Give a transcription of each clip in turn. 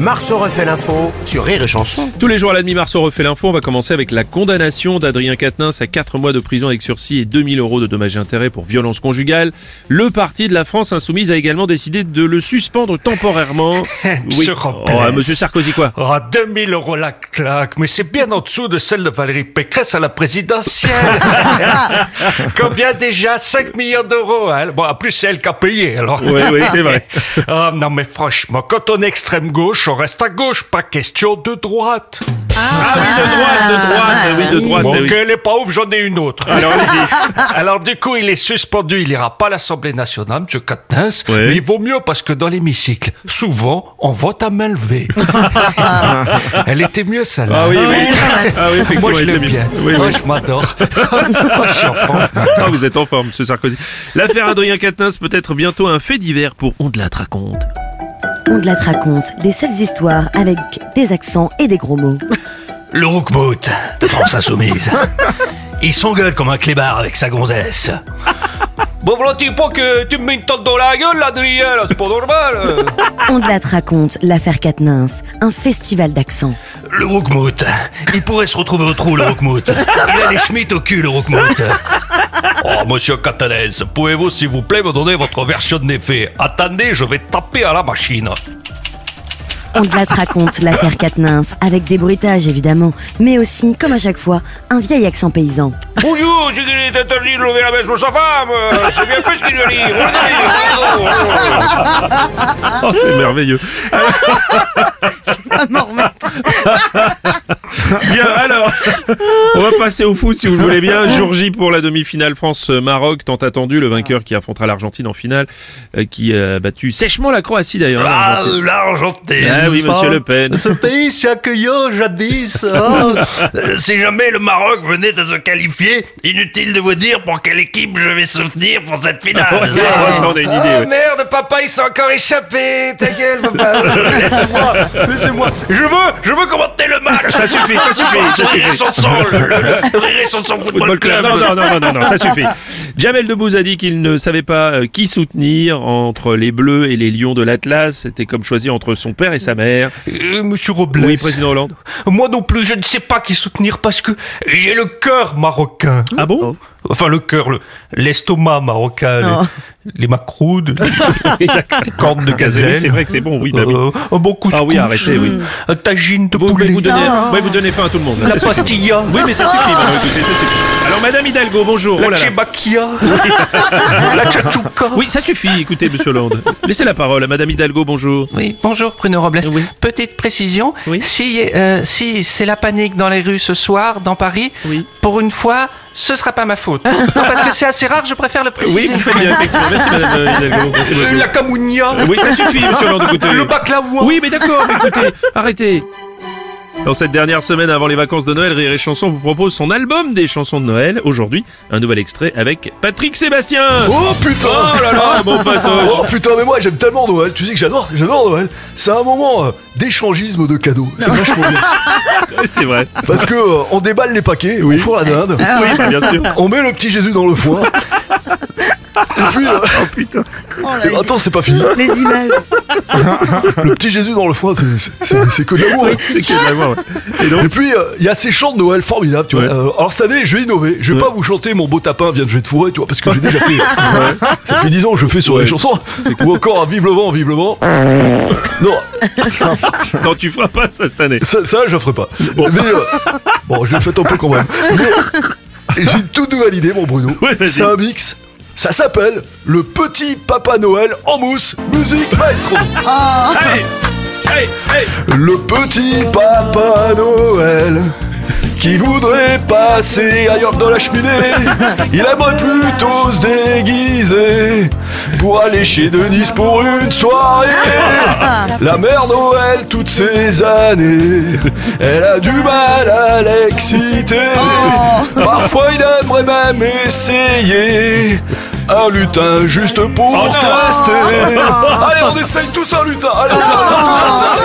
Marceau refait l'info sur Rire et Chanson. Tous les jours à la demi-mars, on refait l'info. On va commencer avec la condamnation d'Adrien Quatennens à 4 mois de prison avec sursis et 2000 euros de dommages et intérêts pour violence conjugale. Le parti de la France Insoumise a également décidé de le suspendre temporairement. Monsieur Robles. Oh, Monsieur Sarkozy, quoi Ah, 2000 euros la claque, mais c'est bien en dessous de celle de Valérie Pécresse à la présidentielle. Combien déjà 5 millions d'euros. Hein bon, en plus, c'est elle qui a payé, alors. Oui, oui, c'est vrai. Ah, non, mais franchement, quand on est extrême gauche, on reste à gauche, pas question de droite. Ah oui, de droite, de droite, ah oui, de droite. Bon, ah oui. qu'elle est pas ouf, j'en ai une autre. Alors, Alors, du coup, il est suspendu, il ira pas à l'Assemblée nationale, monsieur Quatennens, Ouais. mais il vaut mieux parce que dans l'hémicycle, souvent, on vote à main levée. Elle était mieux, celle-là. Ah oui, oui. Ah oui, effectivement, Moi, je il l'a l'aime mis. bien. Oui, Moi, oui. je m'adore. Moi, je suis enfant. Ah, vous êtes en forme, Monsieur Sarkozy. L'affaire Adrien Quatennens peut être bientôt un fait divers pour On de la raconte. On te la te raconte les seules histoires avec des accents et des gros mots. Le Roukmout, de France Insoumise. Il s'engueule comme un clébard avec sa gonzesse. Bon, voilà-tu pas que tu me mets une tente dans la gueule, Adrien, là, c'est pas normal. On te la te raconte l'affaire Katnins, un festival d'accents. Le Roukmout, il pourrait se retrouver au trou, le Roukmout. Il a les schmittes au cul, le Roukmout. Oh, monsieur Catanès, pouvez-vous, s'il vous plaît, me donner votre version de l'effet Attendez, je vais taper à la machine. On te la te raconte l'affaire Katnins, avec des bruitages évidemment, mais aussi, comme à chaque fois, un vieil accent paysan. Ah, Bonjour, c'est qu'il est interdit de lever la baisse pour sa femme. euh, C'est bien fait ce qu'il lui arrive. Oh, c'est merveilleux. Bien, alors, on va passer au foot si vous le voulez bien. Jour J pour la demi-finale France-Maroc, tant attendu, le vainqueur qui affrontera l'Argentine en finale, euh, qui a battu sèchement la Croatie d'ailleurs. hein, Ah, l'Argentine. l'Argentine. Ah oui, monsieur Le Pen. Ce pays si accueillant jadis. hein. Euh, si jamais le Maroc venait à se qualifier, inutile de vous dire pour quelle équipe je vais soutenir pour cette Ouais, finale. ouais, ça, on a une idée. ouais. Ah, merde, papa, il s'est encore échappé. Ta gueule, papa. laissez-moi, laissez-moi. Je veux, je veux commenter le match. Ça suffit, ça suffit, ça Ah, Rire et suffit. chanson, le, le- le- Rire et chanson Football Club. Non, non, non, non, non, non, ça suffit. Jamel Debbouze a dit qu'il ne savait pas euh, qui soutenir entre les Bleus et les Lions de l'Atlas. C'était comme choisir entre son père et sa mère. Euh, Monsieur Robles. Oui, président Hollande. Moi non plus, je ne sais pas qui soutenir parce que j'ai le cœur marocain. Ah bon Enfin, le cœur, le- l'estomac marocain, les- Oh. les, macroudes, les, les Ah, cornes de gazelle. C'est vrai que c'est bon, oui, bah oui. euh, un bon couscous. Ah oui, arrêtez, oui. Un tagine de Vous, poulet. vous, vous donnez, Ah. ouais, vous donnez faim à tout le monde. là, La ça suffit. pastilla. Oui, mais ça suffit. madame, écoutez, ça suffit. Alors, Madame Hidalgo, bonjour. Oh La là là. chebakia. la chachouka. Oui, ça suffit. Écoutez, Monsieur Hollande. Laissez la parole à Madame Hidalgo, bonjour. Oui, bonjour Bruno Robles. Oui. Petite précision, Oui. si, euh, si c'est la panique dans les rues ce soir, dans Paris, Oui. pour une fois, ce sera pas ma faute. non, parce que c'est assez rare, je préfère le Oui, préciser. vous faites bien, effectivement. Merci, Madame euh, Hidalgo. Merci Euh, beaucoup. La camounia. Oui, ça suffit, Monsieur Hollande. Écoutez. Le baklava. Oui, mais d'accord, mais écoutez, arrêtez. Dans cette dernière semaine avant les vacances de Noël, Rire et Chanson vous propose son album des chansons de Noël. Aujourd'hui, un nouvel extrait avec Patrick Sébastien. Oh putain Oh là là, mon patoche. Oh putain, mais moi j'aime tellement Noël, tu sais que j'adore, j'adore Noël. C'est un moment euh, d'échangisme de cadeaux, c'est vachement bien. euh, C'est vrai. Parce que euh, on déballe les paquets, on fourre la dinde, Ah. Oui, bah, bien sûr. on met le petit Jésus dans le foin. Et puis, euh, Oh, et attends, c'est pas fini. Oh Les images Le petit Jésus dans le foin, c'est- c'est- c'est c'est que de l'amour. hein. C'est que de l'avoir, ouais. Et donc, Et puis, euh, il y a ces chants de Noël formidables, tu vois. Ouais. Euh, alors, cette année, je vais innover. Je vais pas vous chanter Mon beau tapin vient de jouer de fourrer, tu vois, parce que j'ai déjà fait. Ça fait 10 ans que je fais sur Ouais. les chansons. Ou encore un Vive le vent, vive le vent. non, quand tu feras pas ça cette année. Ça, ça, je ferai pas. Mais euh, bon, je le fais un peu quand même. Mais j'ai une toute nouvelle idée, mon Bruno. Ouais, vas-y. C'est un mix. Ça s'appelle le petit Papa Noël en mousse, musique maestro. Allez, allez, allez. Le petit Papa Noël qui voudrait passer ailleurs dans la cheminée. Il aimerait plutôt se déguiser pour aller chez Denise pour une soirée. La mère Noël, toutes ces années, elle a du mal à l'exciter. Parfois, il aimerait même essayer un lutin juste pour tester. Allez, on essaye tous un lutin. Allez, tiens, tous ensemble.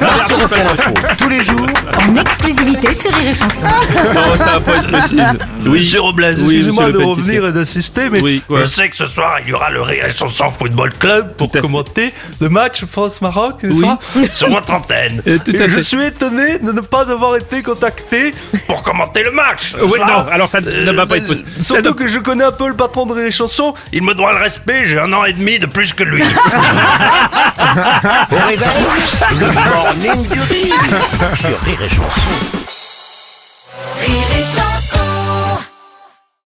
Merci refait l'info. Tous les jours, En exclusivité sur Rire et Chanson. Non, ça va pas être possible. Oui, Monsieur Robles, Oui, excusez-moi monsieur de le revenir et d'insister, mais Oui, quoi. je sais que ce soir, il y aura le Rire et Chanson Football Club pour Tout à fait. commenter le match France-Maroc ce Oui. soir, sur votre antenne. Euh, tout à et je fait. suis étonné de ne pas avoir été contacté pour commenter le match. ce Ouais, soir. non, alors ça ne va pas être possible. Ça Ah. Euh, Surtout ne- que je connais un peu le patron de Rire et Chanson, il me doit le respect, j'ai un an et demi de plus que lui. au réveil, le morning du rire sur Rire et Chanson. Rire et Chanson.